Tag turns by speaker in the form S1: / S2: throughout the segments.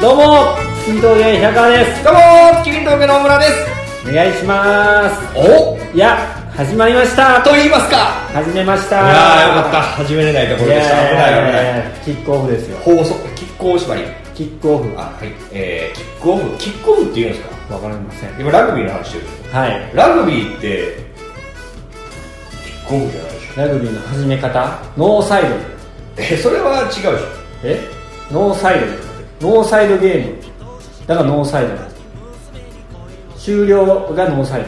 S1: どうも水道芸百川です
S2: どうもー、キリン峠の大村です。
S1: お願いします
S2: お
S1: いや始まりました
S2: と言いますか。
S1: 始めました
S2: いやー、よかった。始めれないところでした。危ない危ない。
S1: いキックオフですよ
S2: 放送、キックオフ縛り。
S1: キックオフ
S2: あ、はい。えー、キックオフ、キックオフって言うんですか
S1: わかりません
S2: 今ラグビーの話してる。
S1: はい
S2: ラグビーって、キックオフじゃないでしょ。
S1: ラグビーの始め方ノーサイド
S2: え、それは違うでしょ。
S1: えノーサイドノーサイドゲームだからノーサイドなんです終了がノーサイ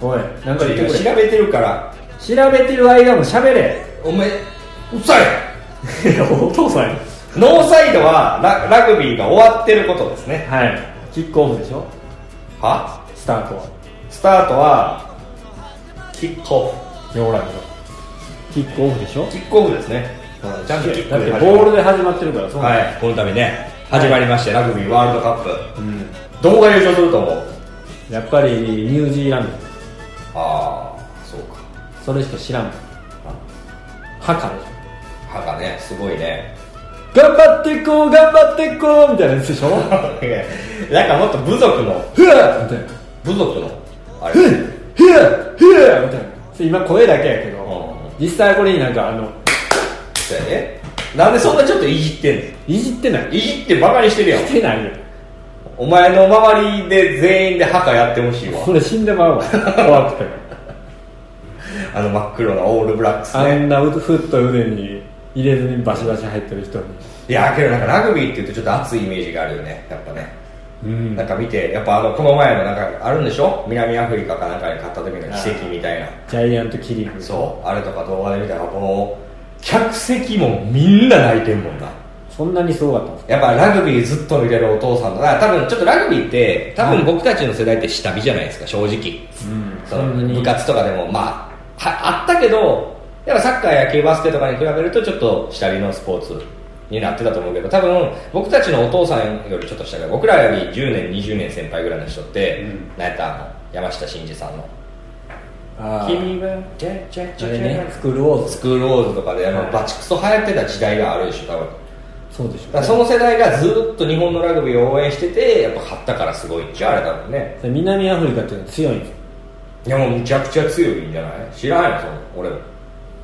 S1: ドおいなんか言ってくれ
S2: 調べてるから、
S1: 調べてる間も喋 れ
S2: お前、うっさい
S1: いやお父さんや
S2: ノーサイドはララグビーが終わってることですね。
S1: はいキックオフでしょ
S2: は
S1: スタートは
S2: スタートは、キックオ
S1: ほ
S2: フ。
S1: らほらキックオフでしょ
S2: キックオフですね。ジャンプキッ
S1: だ
S2: ク
S1: って
S2: で始まる
S1: ボールで始まってるからそう
S2: はい、この度ね、
S1: はい
S2: 始まりまして、ラグビーワールドカッ
S1: うん
S2: プ。どこが優勝すると思う
S1: やっぱりニュージーランド
S2: ああ、そうか。
S1: それしか知らんハカでしょ
S2: 歯がね、すごい ね。
S1: 頑張っていこう頑張っていこうみたいなやつでしょ ふわ
S2: なんかもっと部族の、
S1: みたいな
S2: 部族の、あれ。
S1: ふっふっふっみたいなそれ今声だけやけ
S2: うん
S1: ど実際これになんかあの
S2: そうやね。なんでそんなちょっといじってん
S1: いじってない
S2: のいじってバカにしてるやん
S1: い。じってないよ
S2: お前の周りで全員で歯がやってほしいわ。
S1: これ死んでまうわ怖く て
S2: あの真っ黒なオールブラックス
S1: あ
S2: ね。
S1: んなふっと腕に入れずにバシバシ入ってる人に
S2: いやーけどなんかラグビーって言うとちょっと熱いイメージがあるよね、やっぱね。
S1: うん
S2: なんか見て、やっぱあの、この前のなんかあるんでしょ南アフリカかなんかに勝った時の奇跡みたいな。
S1: ジャイアントキリング
S2: そう、あれとか動画で見たらもう、客席もみんな泣いてんもんな。
S1: そんなにすごかったんです
S2: やっぱラグビーずっと見てるお父さんとか、多分ちょっとラグビーって、多分僕たちの世代って下火じゃないですか、正直。
S1: うん
S2: その部活とかでも、まあ、はあったけど、やっぱサッカー、野球、バスケとかに比べると、ちょっと下火のスポーツになってたと思うけど、多分僕たちのお父さんよりちょっと下が、僕らより10年、20年先輩ぐらいの人って、
S1: うん
S2: なんやったあの山下真司さんの。
S1: あー
S2: 君は、チャチャチ
S1: あ
S2: ャ
S1: れ
S2: チャ
S1: ねスクールウォーズ
S2: スクールウォーズとかであのバチクソ流行ってた時代があるでしょ多分だ
S1: そうでしょ
S2: からその世代がずっと日本のラグビーを応援しててやっぱ勝ったからすごいんでしょあれ多分ね
S1: で南アフリカっていうのは強いんですよ
S2: いやもうむちゃくちゃ強いんじゃない知らんよその俺も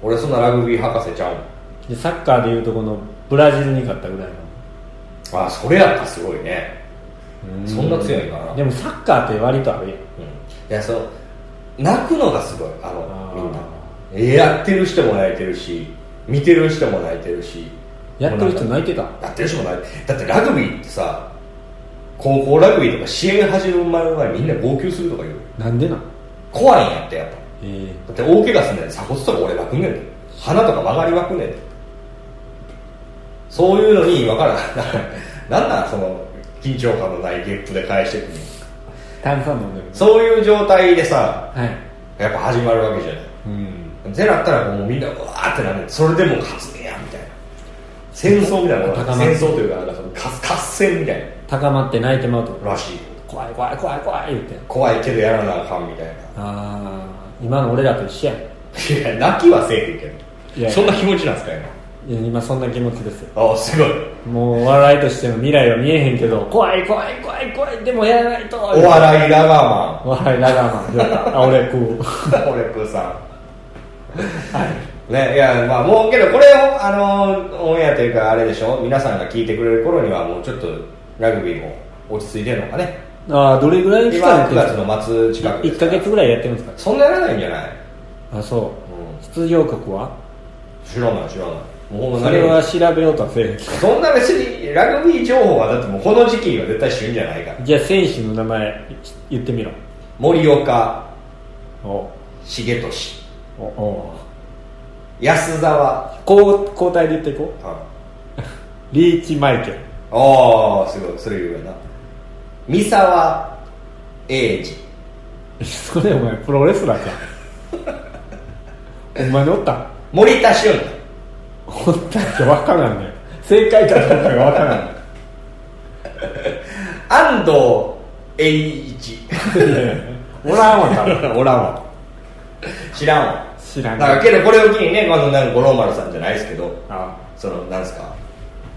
S2: 俺そんなラグビー博士ちゃうもん
S1: でサッカーでいうとこのブラジルに勝ったぐらいの
S2: ああそれやったらすごいねそんな強いんかな
S1: でもサッカーって割とあるやん
S2: うんいやそう泣くのがすごいあの
S1: あー
S2: みんなえやってる人も泣いてるし見てる人も泣いてるし
S1: やってる人泣いてた
S2: やってる人も泣いてだってラグビーってさ高校ラグビーとか試合始まる前にみんな号泣するとか言う
S1: なんでなん
S2: 怖いんやってやっぱ
S1: え
S2: だって大怪我すんねん鎖骨とか折れまくんねんで鼻とか曲がりまくんねんでそういうのに分からん なんなんその緊張感のないゲップで返してくる
S1: ー、炭酸飲んでる
S2: そういう状態でさ
S1: はい
S2: やっぱ始まるわけじゃない
S1: うん
S2: ってなったらもうみんなうわーってなるそれでも勝つねやみたいな戦争みたいなもん
S1: 高ま
S2: 戦
S1: る
S2: 争というかなんかその合合戦みたいな
S1: 高まって泣いてまうと
S2: らしい
S1: 怖い怖い怖い怖い言うて
S2: 怖いけどやらなあ かんみたい
S1: ああ今の俺らと一緒やん
S2: ないや泣きはせえへんけど
S1: いや
S2: そんな気持ちなんですか
S1: いや今そんな気持ちですよ
S2: 今ああすごい
S1: もう笑いとしての未来は見えへんけど怖い怖い怖い怖いでもやらないと
S2: お笑いラガ
S1: お笑いラガーマン出たあ俺こう
S2: ーマン 俺くーさんねいやまあもうけどこれをあのーオンエアというかあれでしょ皆さんが聞いてくれる頃にはもうちょっとラグビーも落ち着いてるのかね
S1: ああどれぐらいの期
S2: 今
S1: 間やっ
S2: 9
S1: てるんで
S2: 月
S1: すか
S2: の末近くです
S1: 1
S2: か
S1: から月ぐらいやってるんですか
S2: そんなやらないんじゃない
S1: あそうう出場国は
S2: 知らない知らないもうほんま
S1: そ
S2: 何
S1: れ
S2: も
S1: は調べようとはせえへん
S2: そんな別にラグビー情報はだってもうこの時期には絶対旬じゃないから
S1: じゃあ選手の名前言ってみろ
S2: 森岡
S1: お
S2: 重俊
S1: おお
S2: 安沢
S1: こう交代で言っていこ
S2: あ
S1: うリーチマイケル
S2: あーすごいそれ言うよな三沢英二
S1: それお前プロレスラーかお 前におったん
S2: 森田俊
S1: おったってわからんねん正解かどうかがわからんねん
S2: 安藤栄一
S1: おらんわ多分
S2: おらんわ知らんわ
S1: 知らん
S2: だからけどこれを機にねあのなんか五郎丸さんじゃないですけど
S1: あ
S2: そのなんですか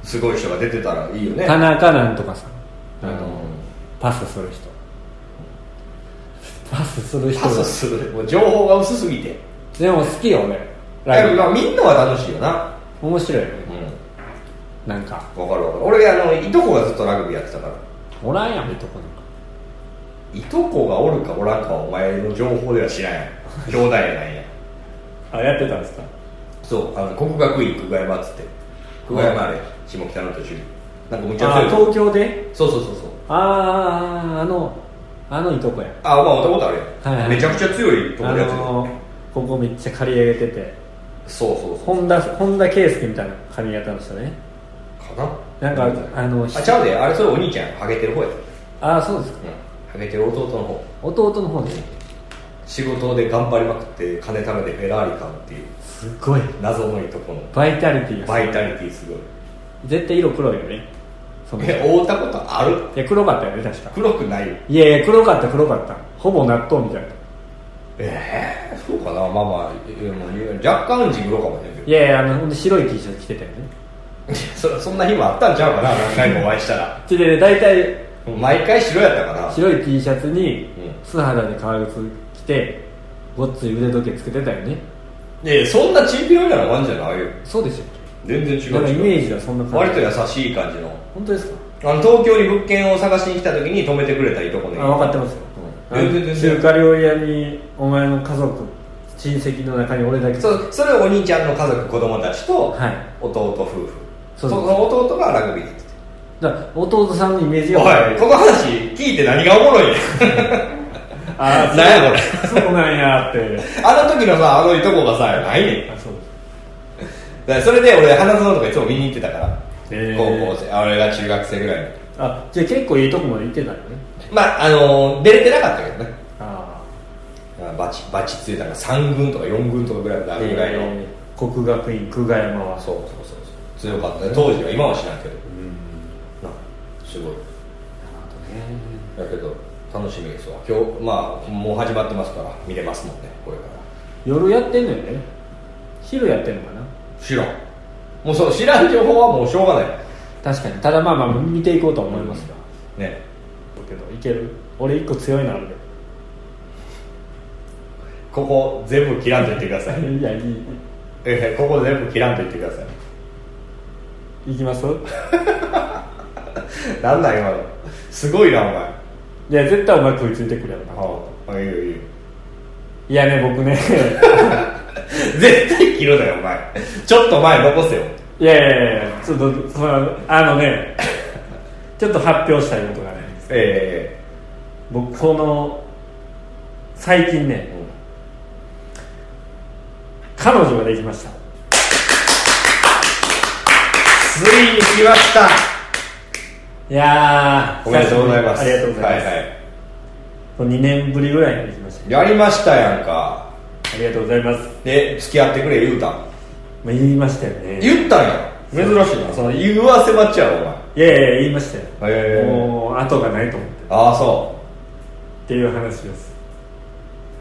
S2: すごい人が出てたらいいよね
S1: 田中なんとかさんあ
S2: あ
S1: の
S2: の
S1: パスする人パスする人
S2: パスするもう情報が薄すぎて
S1: でも好きよ俺
S2: だ
S1: ラ
S2: け
S1: イブ
S2: どみんなは楽しいよな
S1: 面白いよね
S2: うん
S1: なんか
S2: わかるわかる俺あのいとこがずっとラグビーやってたから
S1: おらんやんいとこなんか
S2: いとこがおるかおらんかはお前の情報では知らんやん兄弟やないやん
S1: あやってたんですか
S2: そうあの国学院久我山っつって久我山あれ下北の途中になんかむっちゃ
S1: あ
S2: 強い
S1: 東京で
S2: そうそうそうそう
S1: あーあのあのいとこや
S2: あまあ会ったことあるやん、
S1: はいはい
S2: めちゃくちゃ強いとこ
S1: あ
S2: のやつ、
S1: のーここめっちゃ刈り上げてて
S2: そうそうそう
S1: 本田本田圭佑みたいな髪型の人ね
S2: かな
S1: なんかあの
S2: あちゃうであれそれお兄ちゃんハゲてる方やつ
S1: ああそうですか
S2: うんハゲてる弟の方
S1: 弟の方で
S2: 仕事で頑張りまくって金貯めてフェラーリ買うっていう
S1: すっごい
S2: 謎のいとこの
S1: バイタリティがすご
S2: バ
S1: い
S2: イタリティすごい
S1: 絶対色黒いよねそのい
S2: え会ったことある
S1: や黒かったよね確か
S2: 黒くないよ
S1: いやいや黒かった黒かったほぼ納豆みたいな
S2: ええそうかなまあまあいやもう若干地黒かもしれんけど
S1: いやいやあのほんで白い T シャツ着てたよね
S2: そそんな日もあったんちゃうかな何回もお会いしたら
S1: でで大体
S2: 毎回白やったかな
S1: 白い T シャツに
S2: うん
S1: 素肌で革靴着てごっつい腕時計つけてたよね
S2: えそんなチンピラみたいな感じじゃないよ
S1: そうでしょ
S2: 全然違う
S1: なんかイメー
S2: ジ
S1: ジはそんな感じ
S2: 割と優しい感じの
S1: 本当ですか
S2: あの東京に物件を探しに来た時に泊めてくれたいとこの家
S1: あ分かってますよ、
S2: うん全然全然
S1: 中華料理屋にお前の家族親戚の中に俺だけ
S2: そうそれをお兄ちゃんの家族子供たちと
S1: はい
S2: 弟夫婦、
S1: そうそう
S2: その弟がラグビーやってて
S1: だから弟さんのイメージが
S2: おいこの話聞いて何がおもろいねん
S1: ああ
S2: なんやこれ
S1: そうなんや って
S2: あの時のさあのいとこがさないねんだ
S1: あそう
S2: からそれで俺花園とかいつも見に行ってたから、
S1: へー
S2: 高校生あ俺が中学生ぐらいの
S1: あじゃあ結構いいとこまで行ってたよね
S2: まああの出れてなかったけどね
S1: あ
S2: まあバチバチついたから3軍とか4軍とかぐらいの
S1: あ
S2: ラグビーぐらいの、
S1: 国学院久我山は
S2: そうそうそうそう強かったね当時は今は知らんけど
S1: うん
S2: なすごいだけど楽しみですわ今日まあもう始まってますから見れますもんねこれから
S1: 夜やってんのよね昼やってんのかな
S2: 知らんもうその知らん情報はもうしょうがない
S1: 確かにただまあまあ見ていこうとは思いますが、
S2: ね
S1: だけどいける俺一個強いのあるで
S2: ここ全部切らんといってください
S1: いやいい
S2: えここ全部切らんといってください
S1: いきます
S2: なんだ今のすごいなお前
S1: いや絶対お前食いついてくるやろな
S2: ああいいよいいよ
S1: いやね僕ね
S2: 絶対切るなよお前ちょっと前残せよ
S1: いやいやいやちょっとそのあのねちょっと発表したいことがね
S2: え
S1: 僕この最近
S2: え
S1: ね彼女ができました
S2: ついに来ました
S1: いやー
S2: おめでとうございます
S1: ありがとうございます、
S2: はいはい
S1: 2年ぶりぐらいにできまし
S2: やりましたやんか
S1: たありがとうございます
S2: で付き合ってくれ言うたん
S1: まあ言いましたよね
S2: 言ったんや
S1: 珍しいな
S2: その言わせばっちゃうお
S1: いやいや言いましたよ、
S2: 前へえ
S1: もう後がないと思って
S2: ああそ
S1: っていう話です
S2: う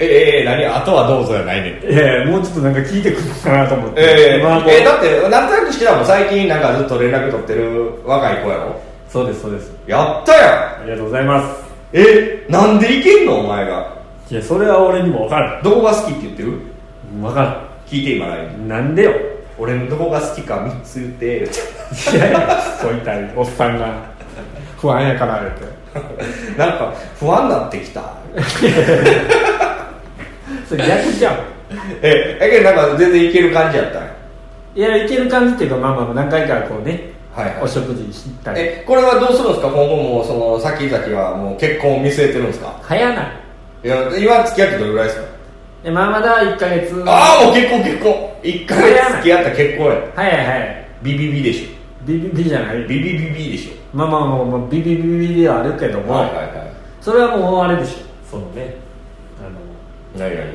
S2: ええ何あとはどうぞやないねん
S1: いやいやもうちょっとなんか聞いてくるのかなと思って、
S2: ええ
S1: まあもう
S2: えだってなんとなくしてたもん最近なんかずっと連絡取ってる若い子やろ
S1: そうですそうです
S2: やったやん
S1: ありがとうございま
S2: えなんでいけんのお前が
S1: すいやそれは俺にも分かる
S2: どこが好きって言ってる
S1: 分か
S2: 聞いて今ない
S1: るなんでよ
S2: 俺のどこが好きか3つ言って 言うて
S1: いやいやそういったおっさんが不安やから言って
S2: なんか不安になってきた
S1: それ逆じゃん
S2: ええだけどなんか全然いける感じやったんや
S1: いやいける感じっていうかまあまあ何回かこうね、
S2: はいはい
S1: お食事したり
S2: えこれはどうするんですか今後もその先々はもう結婚を見据えてるんですか
S1: 早ない
S2: いや今付き合ってどれぐらいですか
S1: えまあまだ1ヶ月
S2: ああもう結婚結婚1ヶ月付き合った結婚や
S1: はいはいはい
S2: ビビビでし
S1: ビビビじゃない
S2: ょビビビビでし
S1: まあまあまあ、まあ、ビビビビではあるけど
S2: ょ
S1: も、
S2: いは
S1: それはもうあれでしょそのねあの
S2: い何何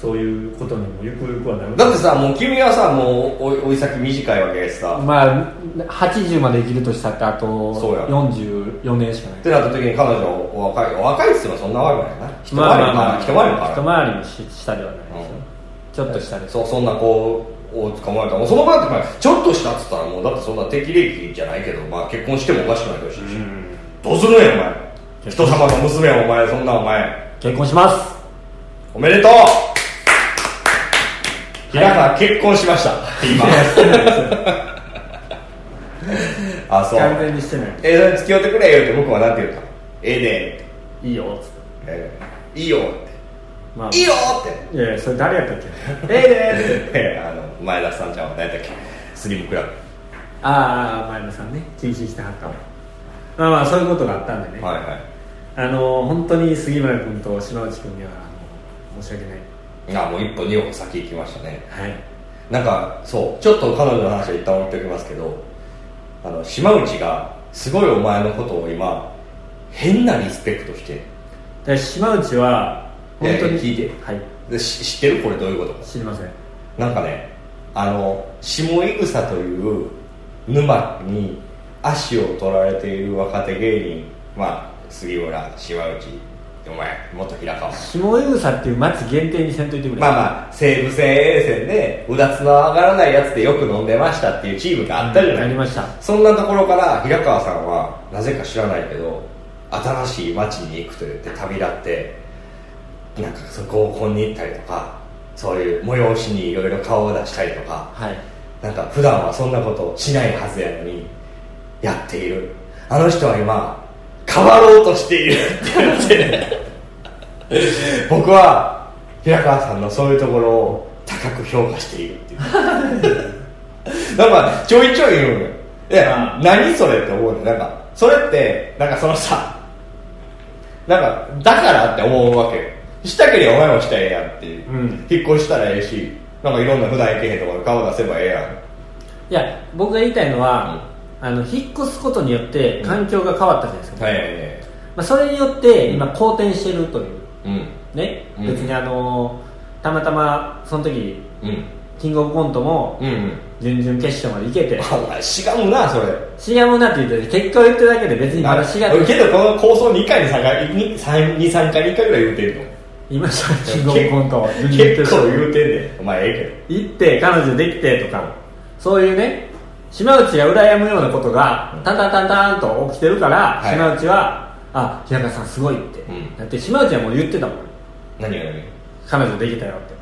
S1: そういうことにもゆくゆくはなる
S2: だってさもう君はさもうおおい先短いわけやしさ
S1: まあ80まで生きるとしたってあと
S2: そうや
S1: 44年しかない
S2: ってなった時に彼女お若いお若いっつってもそんなわけないな一
S1: まあまあまあ
S2: 回りも一回りもか
S1: 一回りもし下ではないですよ、
S2: うん
S1: ちょっと下です
S2: そうそんなこうを捕まえたもうその場だってまあちょっとしたっつったらもうだってそんな適齢期じゃないけど、まあ、結婚してもおかしくない年だし、どうするんやお前人様の娘やお前そんなお前
S1: 結婚します
S2: おめでとう平川結婚しました今 あそう
S1: 完全にしてない
S2: えー、それ付き合ってくれよって僕はなんて言うたええねんって
S1: いいよっつって、
S2: えーいいよっ
S1: ま
S2: ていいよって
S1: いやいやそれ誰やったっけ ええね
S2: え ーあの前田さんちゃんは何やったっけスリムクラブ
S1: ああ前田さんね禁止してはったわまあまあそういうことがあったんでね、
S2: はいはい
S1: あの本当に杉村君と島内君にはあの申し訳ない
S2: あもう一歩二歩先行きましたね
S1: はい
S2: なんかそうちょっと彼女の話は一旦置いておきますけどあの島内がすごいお前のことを今変なリスペクトして
S1: で島内はい
S2: や
S1: 本当に
S2: 聞いて
S1: はい
S2: でし知ってるこれどういうことか
S1: 知りません
S2: なんかねあの下井草という沼に足を取られている若手芸人まあ杉浦島内お前元平川
S1: 下湯草っていう松限定にせんといてくれ
S2: まあまあ西武線 A 線でうだつの上がらないやつでよく飲んでましたっていうチームがあったじゃない、
S1: ありました
S2: そんなところから平川さんはなぜか知らないけど新しい町に行くと言って旅立ってなんかそう合コンに行ったりとかそういう催しにいろいろ顔を出したりとか
S1: はい
S2: なんか普段はそんなことしないはずやのにやっているあの人は今変わろうとしているって言って僕は平川さんのそういうところを高く評価しているっていうなんかちょいちょい言うのよいや、
S1: う
S2: 何それって思うのよなんかそれってなんかそのさなんかだからって思うわけよしたけりゃお前もしたらええやんっていう、
S1: うん
S2: 引っ越したらええしなんかいろんな普段行けへんところ顔出せばええやん
S1: いや僕が言いたいのは、あの引っ越すことによって環境が変わったじゃないですか、
S2: はいはいはい
S1: まあ、それによって今好転してるという
S2: うん
S1: ね、
S2: うん
S1: 別にあのたまたまその時
S2: うん
S1: キングオブコントも
S2: うんうん
S1: 準々決勝まで行けて
S2: お前しがむなそれ
S1: 違うなって言って結果を言ってるだけで別にまだ違う
S2: けどこの構想2回に3回に3 2 3回に1回ぐらい言うてんの
S1: 今さキングオブコント準々決
S2: 結構
S1: 勝
S2: 言うてんねんお前ええけど
S1: 行って彼女できてとかそういうね島内が羨むようなことがタンタンタンタンと起きてるから、
S2: はい
S1: 島内はあ平川さんすごいって、
S2: うん
S1: だって島内はもう言ってたもん
S2: 何が何が
S1: 彼女できたよって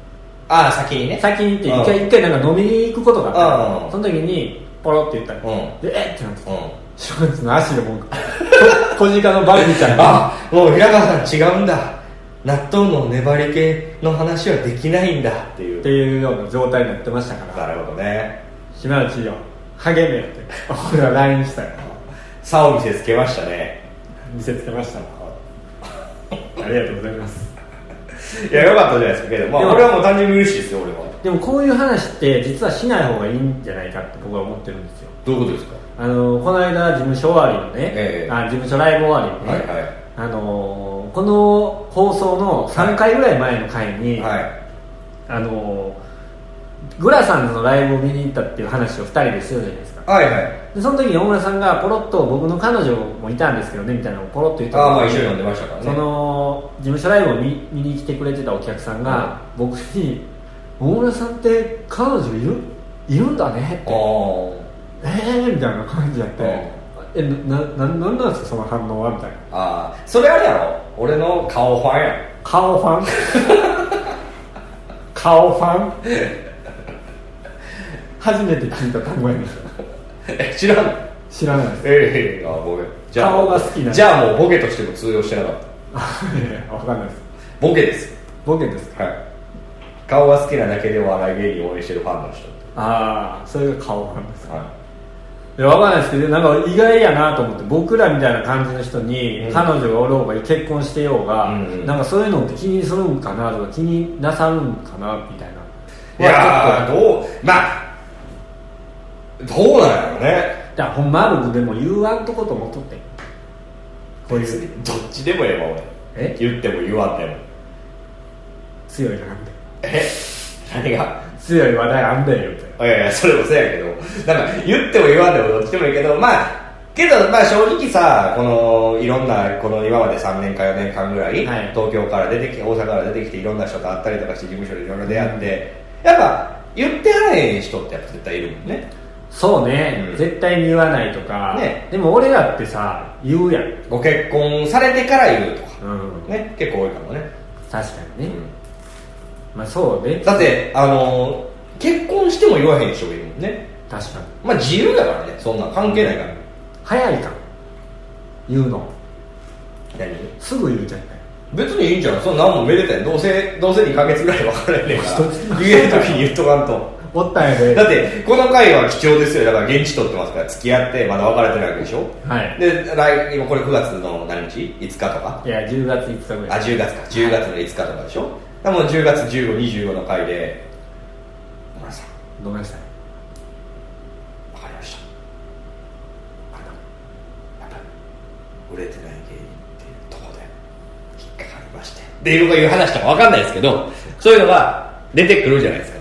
S2: ああ先にね
S1: 先に行って
S2: うん
S1: 一回一回なんか飲みに行くことがあった
S2: うん
S1: のその時にポロって言ったの
S2: う
S1: でえっってなって
S2: うん
S1: 島内の足でもう 小鹿のバグみたいな
S2: あもう平川さん違うんだ納豆の粘り系の話はできないんだっていう
S1: っていうような状態になってましたから
S2: なるほどね
S1: 島内よ励めよって俺は LINE したよ
S2: 差を見せつけましたね
S1: 見せつけましたありがとうございます
S2: いやよかったじゃないですかけど、ま
S1: で
S2: あ、
S1: も
S2: 俺はもう単純に嬉しいですよ俺は
S1: でもこういう話って実はしない方がいいんじゃないかって僕は思ってるんですよ
S2: どういうことですか
S1: あのこの間事務所終わりのね、
S2: ええ
S1: あ事務所ライブ終わりのね、
S2: はいはい
S1: あのこの放送の3回ぐらい前の回に、
S2: はい
S1: あのグラさんのライブを見に行ったっていう話を2人でしてたじゃないですか
S2: はいはい
S1: でその時に大村さんがポロッと僕の彼女もいたんですけどねみたいなのをポロッと言って
S2: ああまあ一緒に飲んでましたからね
S1: その事務所ライブを見見に来てくれてたお客さんが、僕に「大村さんって彼女いるいるんだね」って「ええー」みたいな感じやって「えななななんなんですかその反応は」みたいな
S2: あーあーそれあれやろ俺の顔ファンやろ
S1: 「顔ファン」「顔ファン」初めて聞いた単語やねん
S2: え知らんの
S1: 知らないです
S2: ええあごめんじ
S1: 顔が好きな
S2: じゃあもうボケとしても通用してなかった
S1: あいやいやわかんないです
S2: ボケです
S1: ボケですか
S2: はい顔が好きなだけで笑い芸人を応援してるファンの人
S1: ああそれが顔ファンです
S2: はい
S1: やわかんないですけどなんか意外やなと思って僕らみたいな感じの人に、
S2: うん
S1: 彼女がおろうが結婚してようが、
S2: うん
S1: なんかそういうのって気にするんかなとか気になさるんかなみたいない
S2: やーどうまあどうなんやろうね
S1: だからほんまは僕でも言わんとこと思っとってこういう
S2: どっちでもええわ俺
S1: え
S2: 言っても言わんでも
S1: 強いなんで
S2: え何が
S1: 強い話題あんだよみたいない
S2: やいやそれもそうやけどなんか言っても言わんでもどっちでもいいけどまあけどまあ正直さこのいろんなこの今まで3年か4年間ぐらい、
S1: はい
S2: 東京から出てき大阪から出てきていろんな人と会ったりとかして事務所でいろいろ出会って、やっぱ言ってはれへん人ってやっぱ絶対いるもんね
S1: そうね、
S2: うん
S1: 絶対に言わないとか、
S2: ね
S1: でも俺らってさ言うやん、うん、
S2: ご結婚されてから言うとかね結構多いかもね、
S1: 確か
S2: う
S1: にね、
S2: ん
S1: まあそうね
S2: だってあのー結婚しても言わへん人がいるもんね
S1: 確かに
S2: まあ自由だからねそんなん関係ないから
S1: 早いかも言うの
S2: 何
S1: すぐ言うじゃん
S2: 別にいいんじゃんそんなんもめでたいどうせどうせ2ヶ月ぐらい別れねえか
S1: 一つ
S2: ら言える時に言っとかんと
S1: おったんやで
S2: だってこの回は貴重ですよだから現地取ってますから付き合ってまだ別れてないわけでしょ
S1: はい
S2: で来今これ9月の何日5日とか
S1: いや10月5日ぐ
S2: あ
S1: らい
S2: 10月か10月の5日とかでしょだからもう10月1525の回で「ごめんなさい
S1: ごめんなさい
S2: 分かりましたあのやっぱり売れてない芸人っていうところで引っかかりまして」っていうのがいう話とか分かんないですけどそういうのが出てくるじゃないですか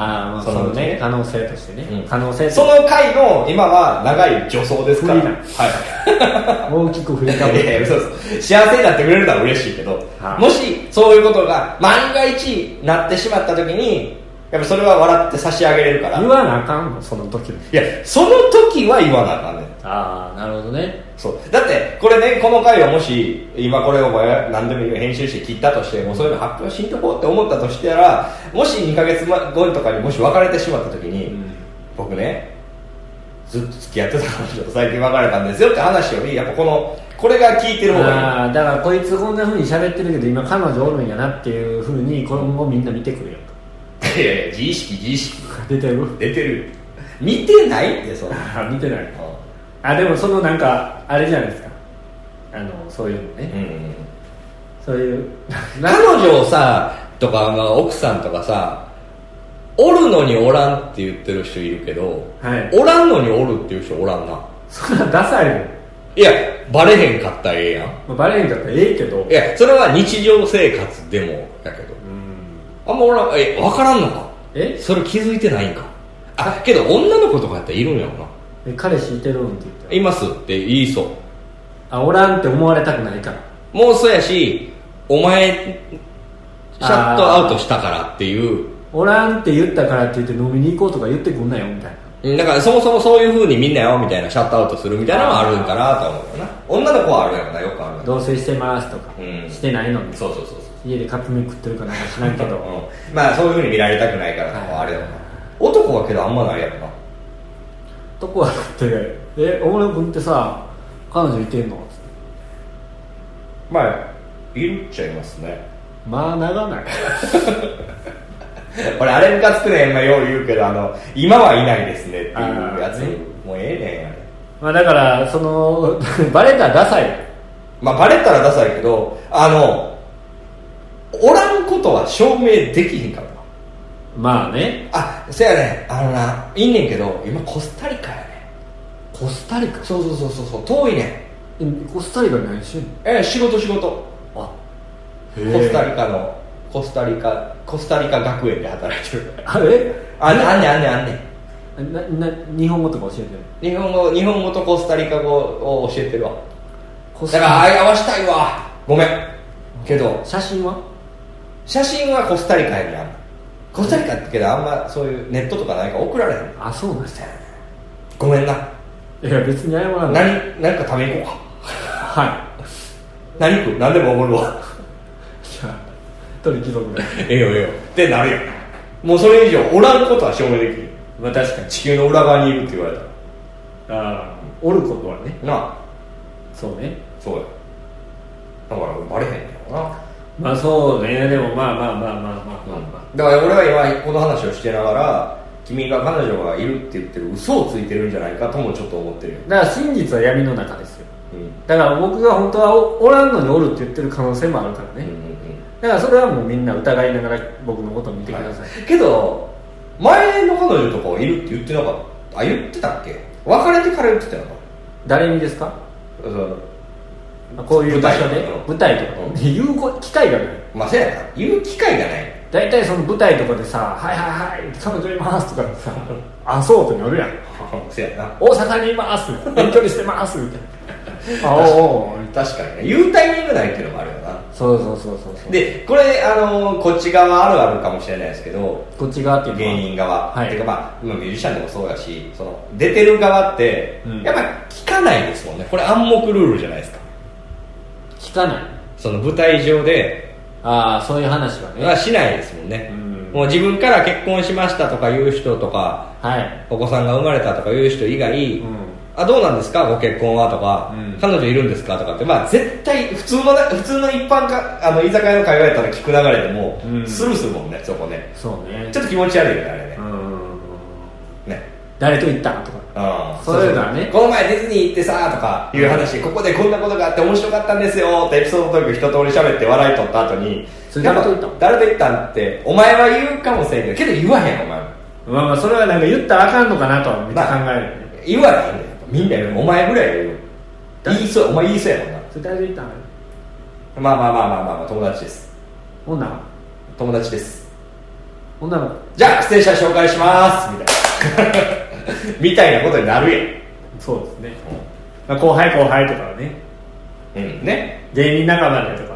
S1: ああまあそ
S2: その
S1: の
S2: うちね
S1: ね可能性としてね、
S2: うん
S1: 可能性と
S2: その回の今は長い助走ですから
S1: フリーラン
S2: はい
S1: 大きく振りかぶ
S2: いやいや嘘です幸せになってくれるのは嬉しいけど、
S1: はい
S2: もしそういうことが万が一なってしまった時にやっぱそれは笑って差し上げれるからい
S1: 言わなあかんのその時の
S2: やその時は言わなあかんねん
S1: ああなるほどね
S2: そうだってこれねこの回をもし今これを何でもいいよ編集して切ったとしてもうそういうの発表しんとこうって思ったとしたらもし2ヶ月後とかにもし別れてしまった時に、
S1: うん
S2: 僕ねずっと付き合ってた彼女と最近別れたんですよって話よりやっぱこのこれが聞いてる方がいい
S1: ああだからこいつこんなふうに喋ってるけど今彼女おるんやなっていうふうにこれもみんな見てくるよ
S2: いやいや自意識自意識
S1: 出てる
S2: 出てる見てないってそんな
S1: あ見てないあでもそのなんかあれじゃないですかあのそういうのね、
S2: うん
S1: そういう
S2: 彼女をさとか、まあ、奥さんとかさおるのにおらんって言ってる人いるけど、
S1: はい
S2: おらんのにおるっていう人おらんな
S1: そんなダサいもん
S2: いやバレへんかったらええやん
S1: まあバレへんかったらええけど
S2: いやそれは日常生活でもやけど
S1: うん
S2: あんまおらんえ分からんのか
S1: え
S2: それ気づいてないんかあけど女の子とかやったらいるんやろな
S1: え彼氏いてるんって言って
S2: いますって言いそう
S1: あおらんって思われたくないから
S2: もうそうやし、お前、シャットアウトしたからっていう、
S1: おらんって言ったからって言って飲みに行こうとか言ってくんなよみたいな
S2: だからそもそもそういう風にみんなよみたいな、シャットアウトするみたいなのはあるんかなとは思うよな。女の子はあるやろな、よくあるよな。
S1: 同棲してますとか、
S2: うん
S1: してないのに
S2: そうそうそうそう。
S1: 家でカップ麺食ってるかなんか知らんけど
S2: うんまあそういう風に見られたくないからとかあれやろな。男はけどあんまないやろな。
S1: とこはだって「え大村君ってさ彼女いてんの?」つって
S2: まあ、いるっちゃいますね。
S1: まあならない
S2: 俺あれムカつくねん、まあよう言うけど、あの、今はいないですねっていう
S1: あー
S2: やつ
S1: ね、
S2: もうええねん、あ
S1: ま
S2: れ。
S1: あだからそのバレたらダサい
S2: まあ、バレたらダサいけど、あの、おらんことは証明できひんからな。
S1: まあね
S2: あ、せやねん、あのな、いいねんけど、今コスタリカやね
S1: コスタリカ
S2: ん。そうそうそうそうそう、遠いねん。
S1: えコスタリカ何してんの
S2: え、仕事仕事。
S1: あ
S2: コスタリカの、コスタリカ、コスタリカ学園で働いてる。
S1: あれ
S2: あんねんあんねんあんねんあんねん。
S1: なな日本語とか教えてる
S2: 日本語、日本語とコスタリカ語を教えてるわ。
S1: コス
S2: だ
S1: タ
S2: か
S1: リカ
S2: ら、あい合わしたいわ。ごめん。けど、
S1: 写真は
S2: 写真はコスタリカやねんあんま。コスタリカってけど、あんまそういうネットとかないから送られへん。
S1: あそうなんですよ
S2: ごめんな。
S1: いや別に謝らない
S2: 何、何か食べに行こうか。
S1: はい
S2: 何食う何でもおごるわ。
S1: じゃあ鳥貴族で
S2: ええよええよ。ってなるよ。もうそれ以上、おらんことは証明できる。
S1: まあ確かに
S2: 地球の裏側にいるって言われたら。
S1: ああおることはね
S2: なあ、
S1: そうね
S2: そうや。だから、バレへんやろな。
S1: まあそうねでもまあまあまあまあまあまあまあ
S2: だから俺は今、この話をしてながら、君が彼女がいるって言ってる嘘をついてるんじゃないかともちょっと思ってるよ。
S1: だから真実は闇の中ですよ
S2: うん。
S1: だから僕が本当はおおらんのにおるって言ってる可能性もあるから
S2: う
S1: ね、
S2: んうんうん。
S1: だからそれはもうみんな疑いながら僕のことを見てください、
S2: けど前の彼女とかはいるって言ってなかったあ言ってたっけ別れてから言ってたよな
S1: 誰にですか
S2: その
S1: まあこういう場所で
S2: 舞
S1: 舞台とかで言うこ機会がない
S2: まあせやな言う機会が ない
S1: 大体その舞台とかでさ「はいはいはい彼女います」とかさ「あそう」となるやん
S2: せやな
S1: 「大阪にいます」 「遠距離してます」みたいな「あおうおう
S2: 確かにね言うタイミングないっていうのもあるよな
S1: そうそうそうそうそう
S2: でこれあのこっち側あるあるかもしれないですけど
S1: こっち側っていうのは
S2: 芸人側、
S1: はい
S2: っていうかまあ今ミュージシャンでもそうだしその出てる側って、
S1: うん
S2: やっぱり聞かないですもんねこれ暗黙ルールじゃないですか
S1: 聞かない
S2: その舞台上で
S1: ああそういう話はね
S2: はしないですもんね、
S1: うん
S2: もう自分から結婚しましたとかいう人とか
S1: はい
S2: お子さんが生まれたとかいう人以外、
S1: うん
S2: あどうなんですかご結婚はとか、
S1: うん
S2: 彼女いるんですかとかって、まあ、絶対普通のな普通の一般かあの居酒屋の会話やったら聞く流れでも、
S1: うん
S2: スルーするもんねそこね
S1: そうね
S2: ちょっと気持ち悪いよねあれね
S1: う、ん
S2: ね
S1: 誰と行ったのとか
S2: うん
S1: そういうのはね
S2: この前ディズニー行ってさとかいう話、ここでこんなことがあって面白かったんですよってエピソードトーク一通り喋って笑い取った後に
S1: それ誰と行ったの
S2: やぱ誰と言ったんってお前は言うかもしれんけどけど言わへんお前も
S1: まあまあそれはなんか言ったらあかんのかなとはめっちゃ考えるよね、
S2: 言わへんねんやっぱみんな言うお前ぐらい言う
S1: だ
S2: 言いそうお前言いそうやもんな
S1: それ誰と行ったの
S2: まあまあまあまあまあ、まあ、友達です
S1: 女の
S2: 友達です
S1: 子女の子
S2: じゃあ出演者紹介しますみたいなみたいな ことになるやん
S1: そうですね、まあ、後輩後輩とかはね
S2: うんね、
S1: 芸人仲間でとか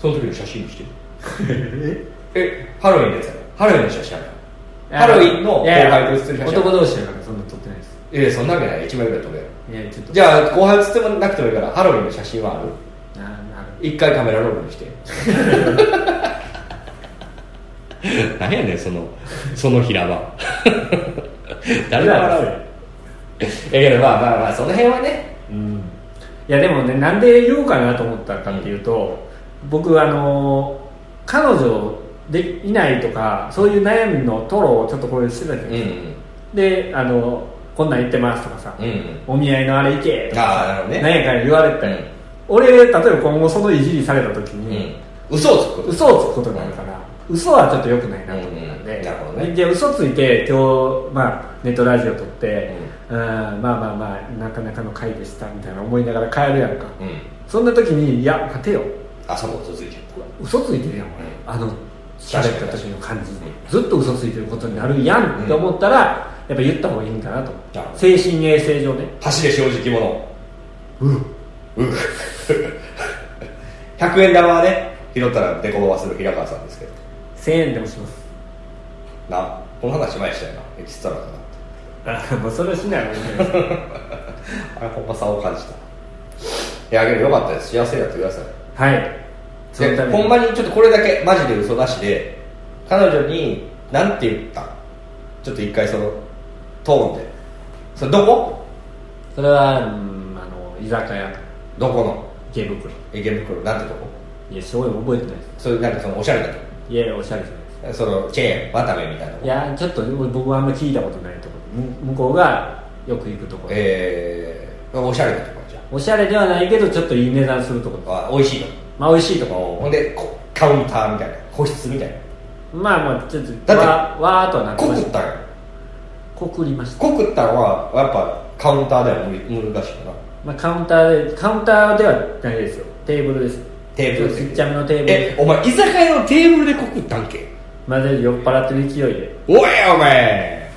S2: その時の写真にして
S1: え
S2: えハロウィンのやつやろハロウィンの写真やろハロウィンの後輩と写る写真
S1: 男同士だからそんな撮ってないです
S2: えそんなわけない1枚ぐらい撮れよ
S1: いやちょっと
S2: じゃあ後輩写ってもなくてもいいからハロウィンの写真はある
S1: あななる
S2: 一回カメラロールにして 何やねんそのその平 場誰が笑うやんいやけどまあまあまあその辺はね
S1: うんいやでもねなんで言おうかなと思ったかっていうと、僕あの彼女でいないとかそういう悩みのトロをちょっとこれしてたじゃ
S2: う
S1: なんいですか、であのこんなん言ってますとかさ、
S2: うんうん
S1: お見合いのあれ行けとか
S2: ああなるほどね
S1: 何やかんや言われて、
S2: うん
S1: 俺例えば今後そのいじりされた時
S2: う
S1: に、
S2: ん嘘をつくこと
S1: 嘘をつくことになるから、嘘はちょっと良くないなと思ったんで、
S2: うんなるほどね
S1: で嘘ついて今日、まあ、ネットラジオ撮って、うん、まあまあまあなかなかの回でしたみたいな思いながら帰るやんか、
S2: うん
S1: そんな時にいや待てよ
S2: あそこ嘘ついちゃった
S1: 嘘ついてるやん俺
S2: う
S1: あ
S2: ん
S1: の喋った時の感じ
S2: う
S1: ずっと嘘ついてることになるやんって思ったら、やっぱ言った方がいいんかなと思って
S2: なるほど
S1: 精神衛生上で
S2: 走れ正直者
S1: うん
S2: う う100円玉はね拾ったらデコボワする平川さんですけど
S1: 1000円でもします
S2: なこの話前したよなエキストラかな
S1: あもうそれはしないもんね
S2: あれほんま差を感じたいやあげるよかったです幸せになってください
S1: はいそのた
S2: で
S1: めに
S2: ほんまにちょっとこれだけマジで嘘なしで彼女になんて言ったちょっと一回そのトーンでそれどこ
S1: それは、うん、あの居酒屋
S2: どこの
S1: 池袋
S2: 池袋なんてとこ
S1: いやすごい覚えてないで
S2: そういうなんかそのおしゃれなと
S1: すいやおしゃれじゃないで
S2: こそのチェーン渡部みたいなと
S1: すい
S2: こ
S1: やちょっと僕はあんま聞いたことないところ向こうがよく行くところ、
S2: えー、おしゃれなとこじゃ
S1: おしゃれではないけどちょっといい値段するところ
S2: あ美味しいとこ
S1: まあ美味しいとこ
S2: ほんでこカウンターみたいな個室みたいな
S1: まあまあちょっと
S2: だって
S1: わわーっとはなって
S2: 濃
S1: ま
S2: く
S1: し
S2: ったたんよ
S1: こくりました、
S2: 濃くったのはやっぱカウンターでは無理難しいかな
S1: まあ、カウンターでカウンターではないですよテーブルです
S2: テーブルで
S1: ちょっとちっちゃめのテーブル
S2: えお前居酒屋のテーブルで濃くったんけ
S1: まあで酔っ払ってる勢いで
S2: おいお前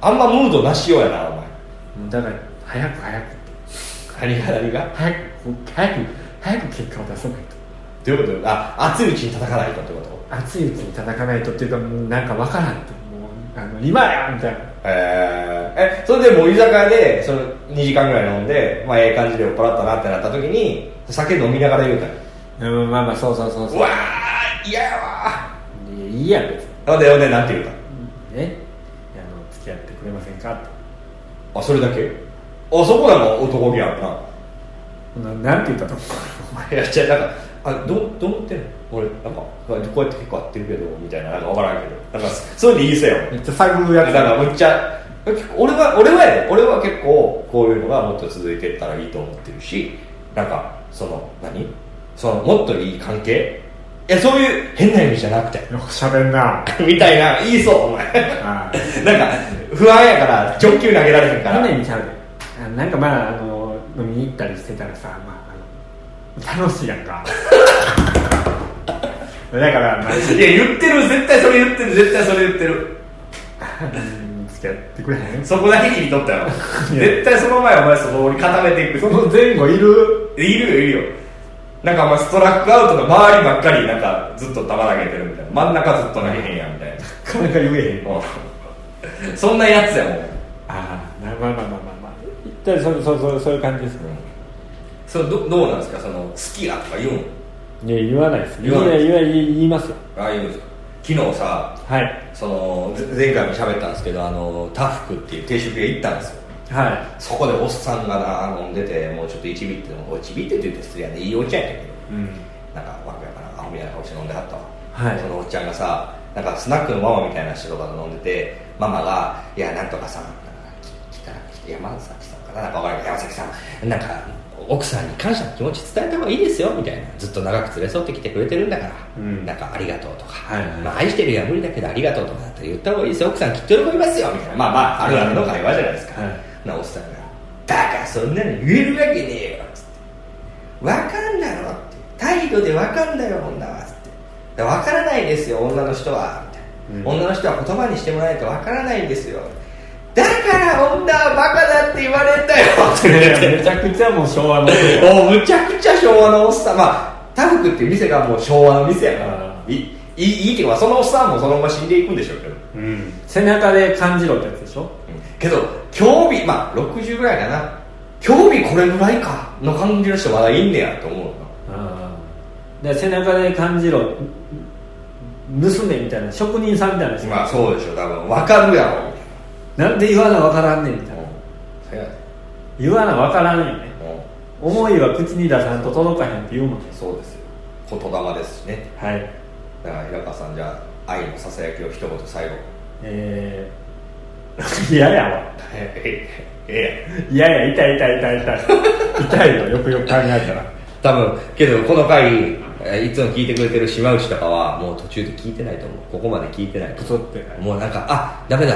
S2: あんまムードなしようやなお前
S1: うんだから早く早く
S2: 何が何が
S1: 早く早く早く結果を出さないと
S2: どういうことあ熱いうちに叩かないとってこと
S1: 熱いうちに叩かないとっていうかもうなんかわからんともうあの今やみたいな
S2: えー、えそれでもう居酒屋でその2時間ぐらい飲んで、まあ、ええ感じで酔っ払ったなってなった時に酒飲みながら言うたん
S1: うんまあまあそうそうそう
S2: う
S1: そう
S2: わー嫌やわ
S1: いやいいや別に
S2: ーほんでほんでなんて言う
S1: ねいやあの付き合ってくれませんかって
S2: たんあそれだけあそこなんか男気あるな
S1: ほななんて言ったと思
S2: お前やっちゃうなんかあどうどう思ってんの俺なんかこうやってこうやって結構合ってるけどみたいななんか分からんけどなんかそういうの言いそうやもん
S1: うめっちゃ探る
S2: だ
S1: や
S2: か
S1: つ
S2: らむっちゃ俺は俺はやで俺は結構こういうのがもっと続いていったらいいと思ってるしなんかその何そのもっといい関係いやそういう変な意味じゃなくて
S1: よくしゃべんな
S2: みたいな言いそうお前
S1: あ ー
S2: なんか不安やから直球投げられへんから
S1: 去年ちゃうであなんかまああの飲みに行ったりしてたらさ、まあ、あの楽しいやんか だから、まあ
S2: いや言ってる絶対それ言ってる絶対それ言ってる
S1: うん、付き合ってくれへん
S2: そこだけ切り取ったよ絶対その前お前そこ俺固めていく
S1: その前後いる
S2: いるよいるよなんかお前ストラックアウトの周りばっかりなんかずっと球投げてるみたいな真ん中ずっと投げへんやんみたいな
S1: なかなか言えへん
S2: うんそんなやつやもん
S1: ああまあまあまあまあまあ一体そうそうそうそういう感じですね
S2: それどどうなんですかその好きやとか言うん
S1: いや言わないです
S2: 言わない
S1: やや言い言いますよ
S2: ああいうんですか昨日さ
S1: はい
S2: そのぜ前回も喋ったんですけどあのタフクっていう定食屋行ったんですよ
S1: は
S2: そこでおっさんがな飲んでてもうちょっといちびってもういちびってって言って失礼やねいいおっちゃんやったけど
S1: いうん
S2: なんかわけわからんアホみたいな顔して飲んではったわ、
S1: はい
S2: そのおっちゃんがさなんかスナックのママみたいな人とかと飲んでてママが「いやなんとかさんなんかき汚い山崎さんかななんかわからんけど山崎さんなんか奥さんに感謝の気持ち伝えた方がいいですよ」みたいなずっと長く連れ添ってきてくれてるんだから、
S1: うん
S2: なんかありがとうとか、
S1: はいはい
S2: まあ、愛してるよ無理だけどありがとうとかだったら言った方がいいですよ奥さんきっと喜びますよみたいなまあまああるあるの会話じゃないですか、
S1: はい
S2: なおっさんが「バカそんなの言えるわけねえよ」つって分かんだろって態度で分かんだよ女はつって分からないですよ女の人はみたいな、
S1: うん
S2: 女の人は言葉にしてもらえないと分からないですよだから女はバカだって言われんだよって言 って
S1: めちゃくちゃもう昭和の
S2: おむちゃくちゃ昭和のおっさんまあタフクっていう店がもう昭和の店やか
S1: あ
S2: らいいいいいいっていうかそのおっさんもそのまま死んでいくんでしょうけど
S1: うん背中で感じろってやつでしょ
S2: けど興味まあ60ぐらいかな興味これぐらいかの感じの人まだいんねやと思うな
S1: で背中で感じろ娘みたいな職人さんみたいな人
S2: まあそうでしょ多分分かるやろ
S1: なんで言わなわからんねんみたいな
S2: うんそうや
S1: 言わなわからんよね
S2: うん
S1: 思いは口に出さんと届かへんって言うもんね
S2: そうですよ言霊ですしね
S1: はい
S2: だから平川さんじゃあ愛のささやきを一言最後
S1: えー 嫌やわ
S2: ええ
S1: 嫌や痛 い痛い痛い痛い痛いよよくよく考えたら
S2: 多分けどこの回えーいつも聞いてくれてる島内とかはもう途中で聞いてないと思うここまで聞いてない
S1: プ
S2: と
S1: ソ
S2: 思
S1: って
S2: うもうなんかあダメだ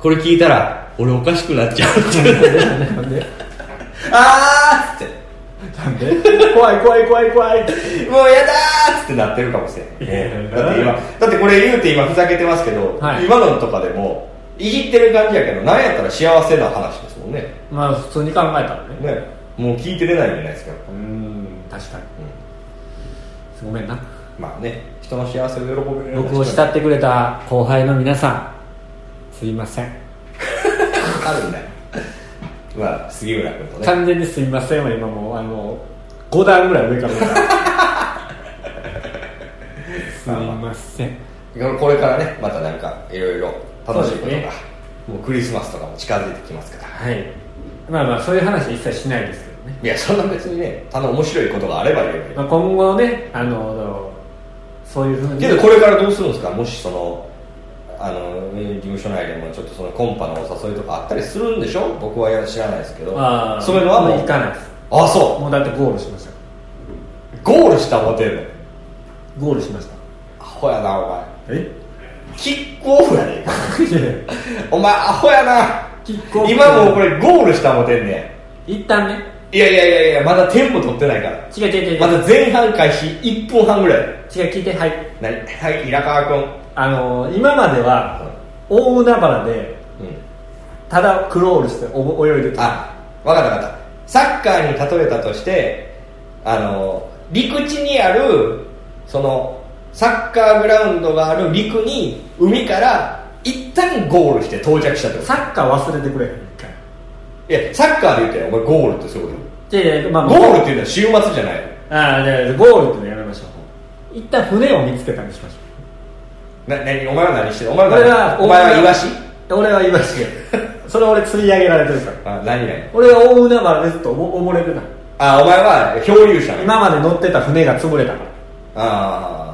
S2: これ聞いたら俺おかしくなっちゃうって
S1: なんで
S2: あーっつって
S1: なんで怖い怖い怖い怖い
S2: もうやだーっつってなってるかもしれない
S1: いや
S2: だって今だってこれ言うて今ふざけてますけど、
S1: はい
S2: 今のとかでもいじってる感じやけどなんやったら幸せな話ですもんね
S1: まあ普通に考えたらね
S2: ねもう聞いてれないじゃないですか、
S1: うーん確かにごめんな
S2: まあね人の幸せを喜べるような人
S1: 僕を慕ってくれた後輩の皆さんすいません
S2: あるんだよ まあ杉浦君とね
S1: 完全にすいませんは今もうあの5段ぐらい上から見た すいません
S2: これからねまたなんかいろいろ楽しい
S1: そう
S2: ことが、
S1: です
S2: もうクリスマスとかも近づいてきますから
S1: はいまあまあそういう話一切しないですけどね、
S2: いやそんな別にねあの面白いことがあればいいよ
S1: まあ、今後ねあのそういうふうに
S2: けどこれからどうするんですかもしそのあの事務所内でもちょっとそのコンパのお誘いとかあったりするんでしょ僕は知らないですけど
S1: ああ
S2: そういうのはもう
S1: 行かないです
S2: あそ
S1: もうだってゴールしました
S2: うゴールしたモテるの
S1: ゴールしました
S2: アホやなお前
S1: え
S2: キックオフやねん
S1: いやいや
S2: お前アホやな
S1: キックオフ
S2: 今もうこれゴールしたモテんね
S1: 一旦ね
S2: んいやいやいやいやまだテンポ取ってないから
S1: 違う違う違う違う、
S2: まだ前半開始1分半ぐらい
S1: 違う聞いてはい
S2: 何はい平川君
S1: あのー今までは大海原で
S2: うん
S1: ただクロールしてお泳いでた
S2: あ分かった分かったサッカーに例えたとしてあの陸地にあるそのサッカーグラウンドがある陸に海から一旦ゴールして到着したってこ
S1: サッカー忘れてくれへん
S2: といやサッカーで言ったよお前ゴールってそういうこ
S1: 一回いやいやまあ
S2: と
S1: まあ
S2: ゴールっていうのは週末じゃない
S1: ああじゃあゴールってのやめましょう一旦船を見つけたにしましょ
S2: な何お前は何してるお前
S1: う
S2: は何お前はイワシ
S1: 俺はイワシ それ俺釣り上げられてるから
S2: あ何何
S1: 俺は大海原でずっとおぼ溺れてた
S2: あお前は漂流者
S1: 今まで乗ってた船が潰れたから
S2: あー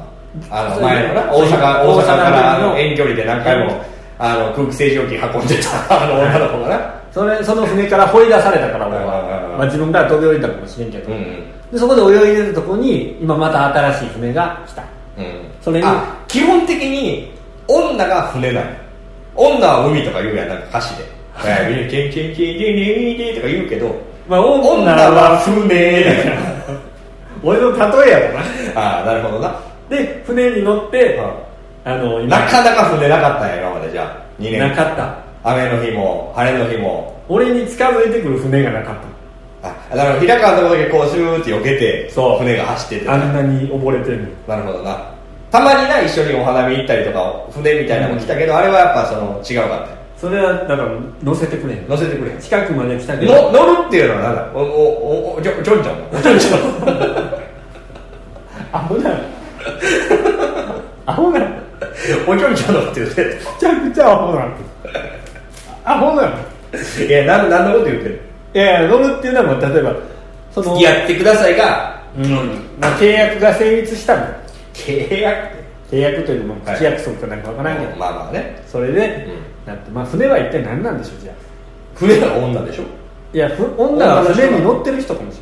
S2: あ
S1: そ
S2: の
S1: う
S2: 前のな
S1: そう
S2: 大
S1: 大
S2: 阪
S1: 阪
S2: 大阪からあ
S1: の
S2: の遠距離で何回
S1: うん
S2: もあの空気清浄機運んでたあの女の子がな
S1: それその船から掘り出されたから俺
S2: うんうんう
S1: は
S2: ん、
S1: まあ、自分から飛び降りたかもしれんけど、
S2: うん
S1: でそこで泳いでるとこに今また新しい船が来た
S2: うん
S1: それに
S2: あ基本的に女が船なの女は海とか言うやんなんか歌詞で「えーケンケンケンケンケンケン」とか言うけど
S1: まあ大海
S2: 女
S1: 原
S2: は
S1: は
S2: 船
S1: 俺の例えやろな
S2: ああなるほどな
S1: で船に乗って、あの今
S2: なかなか船なかったんや今までじゃあ2年
S1: なかった
S2: 雨の日も晴れの日も
S1: 俺に近づいてくる船がなかっ
S2: あだから平川のとこだけこうシューって避けて
S1: そう
S2: 船が走ってて
S1: あんなに溺れてる
S2: なるほどなたまにな一緒にお花見行ったりとか船みたいなのも来たけど、あれはやっぱその違うかったよ
S1: それはだから乗せてくれへん
S2: 乗せてくれへん
S1: 近くまで来たけ
S2: の
S1: ど
S2: 乗るっていうのはなんだおおおおちょちょんちょん おちょんちょん
S1: 危 ない危ない
S2: おちょんちょんのって言って
S1: めちゃくちゃアホなんアホなの
S2: いやなん何のこと言ってる
S1: いやいや乗るっていうのは例えばその
S2: 付き合ってくださいが
S1: うんまあ、契約が成立したの
S2: 契約って
S1: 契約というのも
S2: はい
S1: 口約束かなんかわからんけど、
S2: まあまあね
S1: それで、なってまあ船は一体何なんでしょうじゃあ
S2: 船は女でしょ
S1: いやふ女は船に乗ってる人かもしれ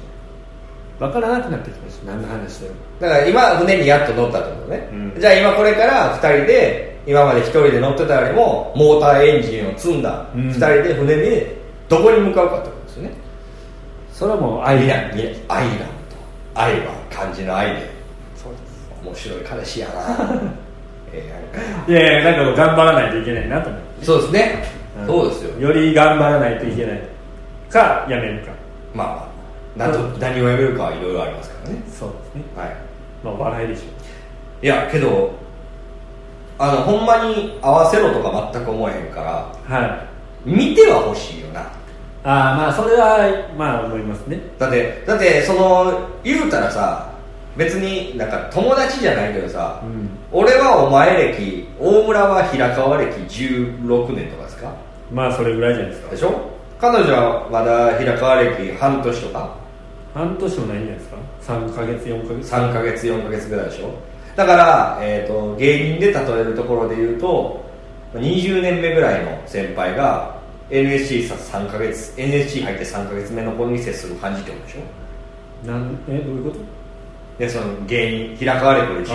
S1: ない分からなくなってきました何の話してる
S2: だから今船にやっと乗ったってことね、
S1: うん
S2: じゃあ今これから2人で今まで1人で乗ってたよりもモーターエンジンを積んだ
S1: うん
S2: 2人で船でどこに向かうかってことですよね、
S1: それはもう
S2: ア
S1: 愛
S2: イ
S1: だ
S2: ランドアイランド愛は漢字の愛で
S1: そうです
S2: 面白い彼 氏やなええなんか
S1: いやいやなんか頑張らないといけないなと思って、
S2: そうですね、
S1: ん
S2: そうですよ
S1: より頑張らないといけないかやめるか
S2: まあなんと
S1: う
S2: 何をやめるかはいろいろありますからね
S1: そうですね
S2: はい
S1: まあ笑いでしょ
S2: いやけどあのほんまに合わせろとか全く思えへんから
S1: うはい
S2: 見ては欲しいよな
S1: ああまあそれはまあ思いますね
S2: だってだってその言うたらさ別になんか友達じゃないけどさ、
S1: うん
S2: 俺はお前歴大村は平川歴16年とかですか
S1: まあそれぐらいじゃないですか
S2: でしょ彼女はまだ平川歴半年とか
S1: 半年もないんじゃないですか3ヶ月4ヶ月
S2: 3ヶ月4ヶ月ぐらいでしょだから、えー、と芸人で例えるところで言うと20年目ぐらいの先輩が NSC さ3ヶ月 NSC 入って3ヶ月目の子に接する感じってことでしょ
S1: なんえどういうこと
S2: でその芸人平川歴俺16年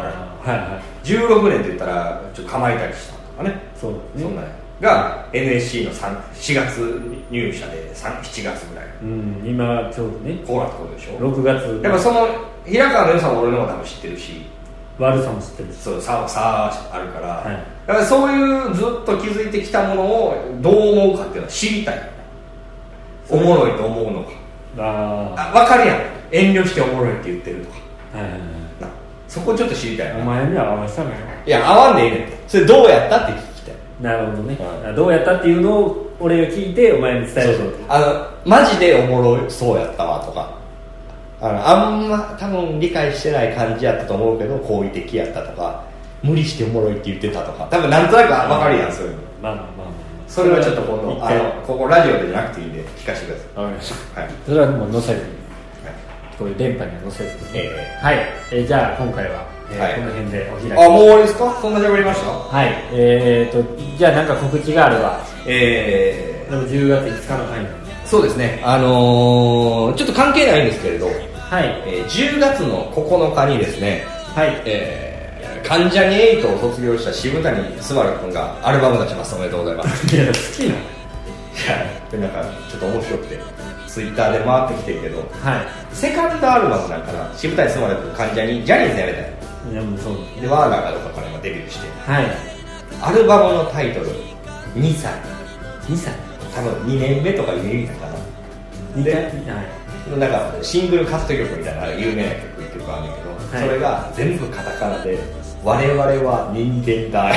S1: あーはいはい
S2: 16年って言ったらちょっと構えたりしたとかね
S1: そうです
S2: そ
S1: ね
S2: んなんやが NSC の3 4月入社で3 7月ぐらい
S1: うん今ちょうどね
S2: こうなってことでしょ
S1: 6月
S2: やっぱその平川の良さも俺の方が多分知ってるし
S1: 悪さも知ってるし
S2: そうささあるから、
S1: はい
S2: だからそういうずっと気づいてきたものをどう思うかっていうのは知りたいよねおもろいと思うのか
S1: あ
S2: あ分かるやん遠慮しておもろいって言ってるとか
S1: あはいはい
S2: なそこちょっと知りたい
S1: はい
S2: よ
S1: お
S2: な
S1: 前には合わせたのよ
S2: いや合わんでいいねんそれどうやったって聞きたい
S1: なるほどね、
S2: は
S1: あどうやったっていうのを俺が聞いてお前に伝え
S2: そ
S1: る
S2: うそうあのマジでおもろそうやったわとかあのあんま多分理解してない感じやったと思うけど好意的やったとか無理しておもろいって言ってたとか多分なんとなく分かるやんそういうの
S1: まあまあまあまあ
S2: それはちょっと今
S1: 一
S2: 度あ
S1: 回
S2: のここラジオでじゃなくていいんで聞かせてくだ
S1: わかりました
S2: さいはい
S1: それはもう載せずにこういう電波には載せずに、
S2: え
S1: はい、えーじゃあ今回は、えー
S2: はい
S1: この辺でお開き
S2: あもう終わりですかそんな喋りました
S1: はいえー、とじゃあなんか告知があれば
S2: え
S1: でも10月5日の回なんで
S2: ー、そうですねあのーちょっと関係ないんですけれど、
S1: はい
S2: えー10月の9日にですね
S1: はい
S2: えー、関ジャニエイトを卒業した渋谷昴君がアルバム出しますおめでとうございます
S1: いや好きなの
S2: でなんかちょっと面白くてツイッターで回ってきてるけど
S1: は
S2: セカンドアルバムなんかな渋谷昴君関ジャニジャニーズやめたよ
S1: いいやもうそう
S2: でワーナーかどうかから今デビューして
S1: はい
S2: アルバムのタイトル「2歳
S1: 2歳」
S2: 多分2年目とかいう意味だかな
S1: 2
S2: で
S1: 回はい
S2: なんかシングルカット曲みたいな有名な曲1曲あるんだけど、
S1: はい
S2: それが全部カタカナで「我々は人間だ」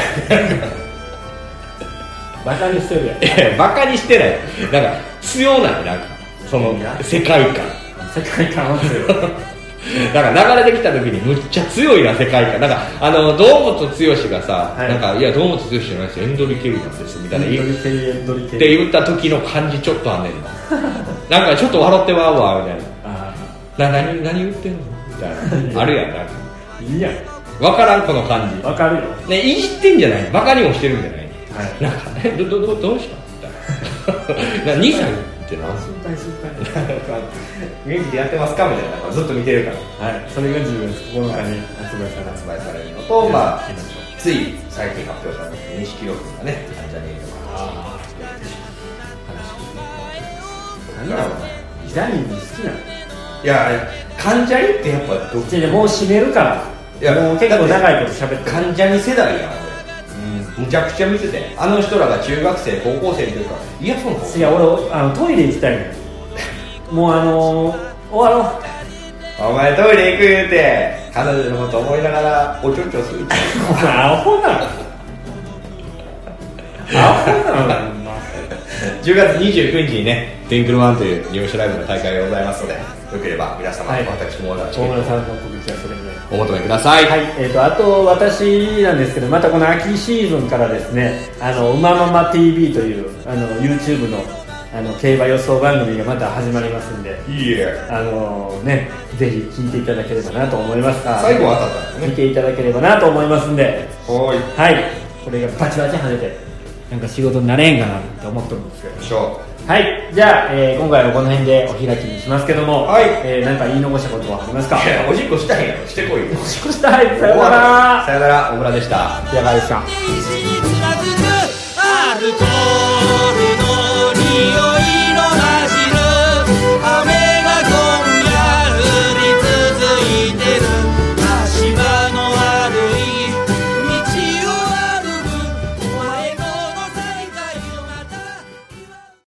S1: バカにしてるやん
S2: バカにしてないなんか強ないなんかその世界観
S1: 世界観は強い
S2: なんか流れてきた時にむっちゃ強いな世界観なんかあの堂本剛がさ、
S1: はい
S2: なんかいや堂本剛じゃないですよエンドリケルガスですみたいな言う
S1: ドリケイエンドリケ
S2: っ
S1: イ
S2: て言った時の感じちょっとあんねんななんかちょっと笑ってわーわーみ
S1: あ
S2: たいなな何何言ってんのみたいなあるやんなんか
S1: あいいやん
S2: 分からんこの感じ
S1: わかるよ
S2: ねいじってんじゃないバカにもしてるんじゃな
S1: は
S2: い、
S1: い
S2: なんかえどどどどうしたみたいな な2歳ってなんす
S1: 心配心
S2: 元気でやってますかみたいなずっと見てるから
S1: 配はいそれが10月9日に発売されます
S2: 発売されるのと、まあ
S1: 聞きましょ、
S2: つい最近発表された錦野君がね、関ジャニエイトが
S1: ああなんんだろうな
S2: なだろうな
S1: ジャニーズ好きなの
S2: いや、関ジャニってやっぱど、
S1: じゃあもう閉めるから
S2: いや
S1: もう結構長いこと喋ってる
S2: 関ジャニ世代やん、俺、むちゃくちゃ見てて、あの人らが中学生、高校生の時から、いや、そうなの
S1: いや俺あのトイレ行きたいのよもうあの終わろう
S2: お前トイレ行く言うて彼女のこと思いながらおちょちょするって
S1: お前アホなのアホなの
S2: 10月29日にね「ティンクルワン」という事務所ライブの大会がございますのでよければ皆様、
S1: はい
S2: 私も私
S1: 大村
S2: も
S1: さんの告知はそれぐらい
S2: お求めください、
S1: はい、えー、とあと私なんですけどまたこの秋シーズンからですね「あのうまママ TV」というあの YouTube のあの競馬予想番組がまた始まりますんで
S2: いいえ
S1: あのねぜひ聞いていただければなと思いますあ
S2: 最後は当たったんだ
S1: 見
S2: ね
S1: ていただければなと思いますんで
S2: は
S1: はいこれがバチバチ跳ねてなんか仕事になれんかなって思っとるんですけど
S2: いしょ
S1: はいじゃあ、えー今回はこの辺でお開きにしますけども、
S2: はい
S1: えーなんか言い残したことはありますか
S2: いやおしっこしたいやろしてこいよ
S1: 少しだいさようなら
S2: さよなら小倉でした
S1: いかがです
S3: 「
S1: か
S3: 虹につらづく歩こう」